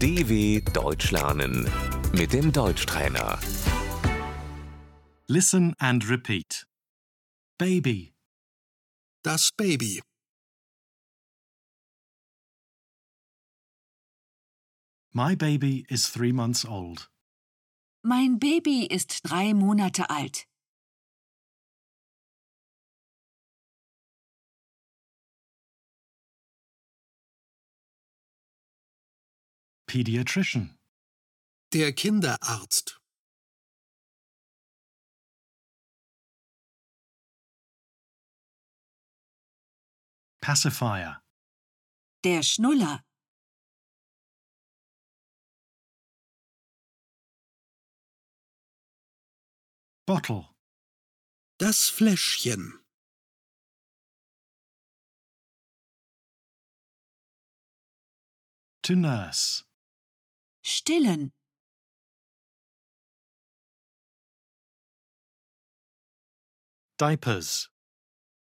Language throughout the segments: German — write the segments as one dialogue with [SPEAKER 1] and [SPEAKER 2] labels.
[SPEAKER 1] DW Deutsch lernen mit dem Deutschtrainer.
[SPEAKER 2] Listen and repeat. Baby,
[SPEAKER 3] Das Baby.
[SPEAKER 2] my baby is three months old.
[SPEAKER 4] Mein Baby ist drei Monate alt.
[SPEAKER 2] Pediatrician,
[SPEAKER 3] Der Kinderarzt.
[SPEAKER 2] pacifier,
[SPEAKER 4] Der Schnuller.
[SPEAKER 2] bottle,
[SPEAKER 3] Das Fläschchen.
[SPEAKER 2] to nurse,
[SPEAKER 4] Stillen.
[SPEAKER 2] diapers,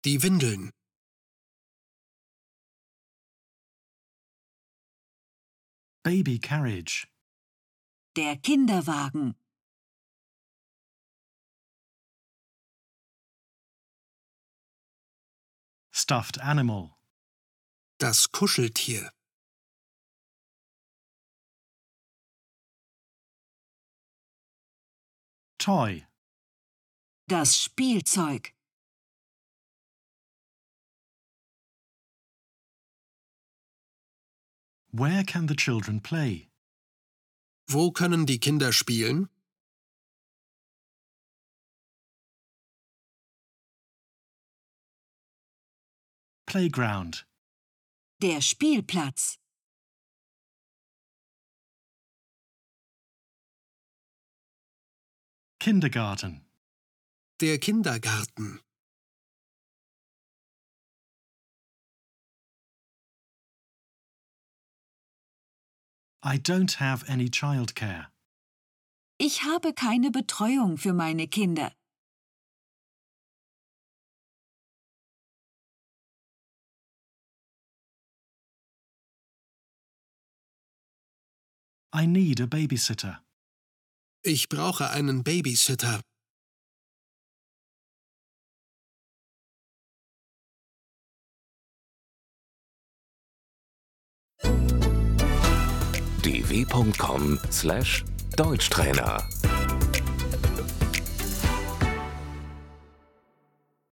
[SPEAKER 3] Die Windeln.
[SPEAKER 2] baby carriage,
[SPEAKER 4] Der Kinderwagen.
[SPEAKER 2] stuffed animal,
[SPEAKER 3] Das Kuscheltier.
[SPEAKER 2] toy,
[SPEAKER 4] Das Spielzeug.
[SPEAKER 2] where can the children play?
[SPEAKER 3] Wo können die Kinder spielen?
[SPEAKER 2] Playground,
[SPEAKER 4] Der Spielplatz.
[SPEAKER 2] kindergarten,
[SPEAKER 3] Der Kindergarten.
[SPEAKER 2] I don't have any childcare.
[SPEAKER 4] Ich habe keine Betreuung für meine Kinder.
[SPEAKER 2] I need a babysitter.
[SPEAKER 3] Ich brauche einen Babysitter.
[SPEAKER 1] dw.com/deutschtrainer